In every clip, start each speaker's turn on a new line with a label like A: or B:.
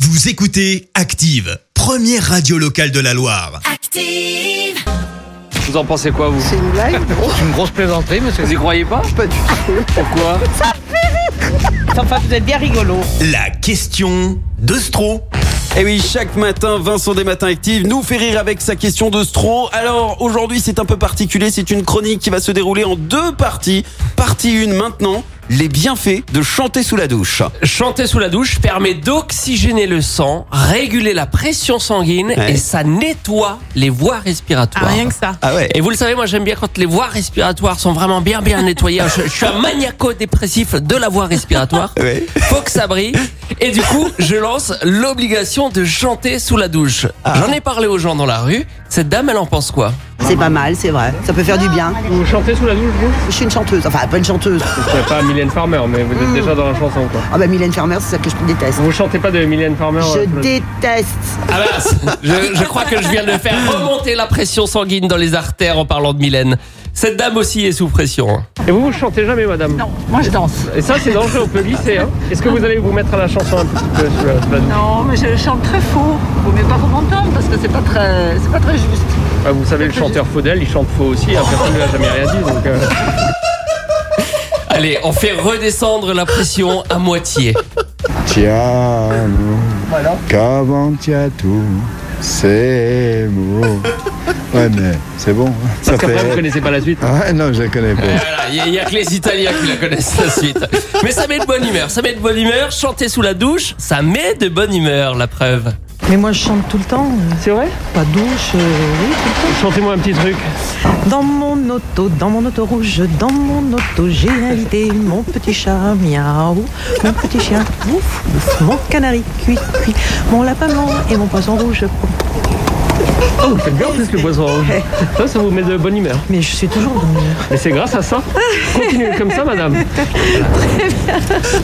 A: Vous écoutez Active, première radio locale de la Loire.
B: Active!
C: Vous en pensez quoi, vous
D: C'est une blague
E: C'est une grosse plaisanterie, monsieur.
C: Vous y croyez pas
D: Pas du tout.
C: Pourquoi
D: Enfin, vous êtes bien rigolo.
A: La question de Stro.
F: Et oui, chaque matin, Vincent des Matins Actives nous fait rire avec sa question de Stro. Alors aujourd'hui, c'est un peu particulier, c'est une chronique qui va se dérouler en deux parties. Partie 1 maintenant, les bienfaits de chanter sous la douche.
G: Chanter sous la douche permet d'oxygéner le sang, réguler la pression sanguine
F: Ouais.
G: et ça nettoie les voies respiratoires.
B: Ah, rien que ça.
F: Ah ouais.
G: Et vous le savez, moi j'aime bien quand les voies respiratoires sont vraiment bien bien nettoyées. Je, je suis un maniaco-dépressif de la voie respiratoire.
F: eh Ouais.
G: Faut que ça brille. Et du coup, je lance l'obligation de chanter sous la douche.
F: Ah.
G: J'en ai parlé aux gens dans la rue. Cette dame, elle en pense quoi
D: C'est pas mal, c'est vrai. Ça peut faire du bien.
E: Vous chantez sous la douche, vous
D: Je suis une chanteuse, enfin pas une chanteuse.
E: Je sais pas Mylène Farmer, mais vous
D: Mm.
E: êtes déjà dans la chanson, quoi.
D: Ah bah Mylène Farmer, c'est ça que je déteste.
E: Vous chantez pas de Mylène Farmer euh,
D: Je
E: sous la-
D: déteste.
G: Ah mince, je, je crois que je viens de faire remonter la pression sanguine dans les artères en parlant de Mylène. Cette dame aussi est sous pression. hein.
E: Et vous, vous chantez jamais, madame
H: Non, moi je danse.
E: Et ça, c'est dangereux, on peut glisser, hein. Est-ce que vous allez vous mettre à la chanson un petit peu sous la, sous la douche
H: Non, mais je chante très faux. Vous ne pas vous m'entendre parce que c'est pas très, c'est pas très juste.
E: Ah, Vous savez, le chanteur Faudel, il chante faux aussi, hein. personne ne lui a jamais rien dit, donc... euh,
G: Allez, on fait redescendre la pression à moitié.
I: Ti amo, qu'avant-ti à tout, c'est beau. Ouais, mais c'est bon. hein. Ça
E: Parce qu'après, vous
I: fait...
E: connaissez pas la suite.
I: Ah non, je connais pas.
G: Voilà, il n'y a, que les Italiens qui la connaissent la suite. Mais ça met de bonne humeur, ça met de bonne humeur. Chanter sous la douche, ça met de bonne humeur, la preuve.
J: Mais moi je chante tout le temps, euh,
E: C'est vrai
J: pas douche, euh, oui, tout
E: Chantez-moi un petit truc.
J: le temps. Dans mon auto, dans mon auto rouge, dans mon auto, j'ai invité mon petit chat miaou, mon petit chien ouf, ouf, mon canari cuit cuit, mon lapin blanc et mon poisson rouge.
E: Oh, vous faites bien en plus le poisson rouge. Ça, ça vous met de bonne humeur.
J: Mais je suis toujours dans
E: Et
J: le...
E: c'est grâce à ça. Continuez comme ça, madame.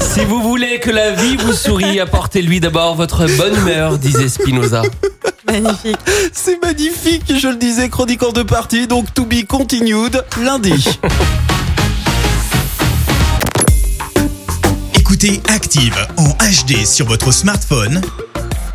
G: Si vous voulez que la vie vous sourie, apportez-lui d'abord votre bonne humeur, disait Spinoza.
B: Magnifique.
F: C'est magnifique, je le disais, chronique en deux parties, donc to be continued lundi.
A: Écoutez Active en HD sur votre smartphone,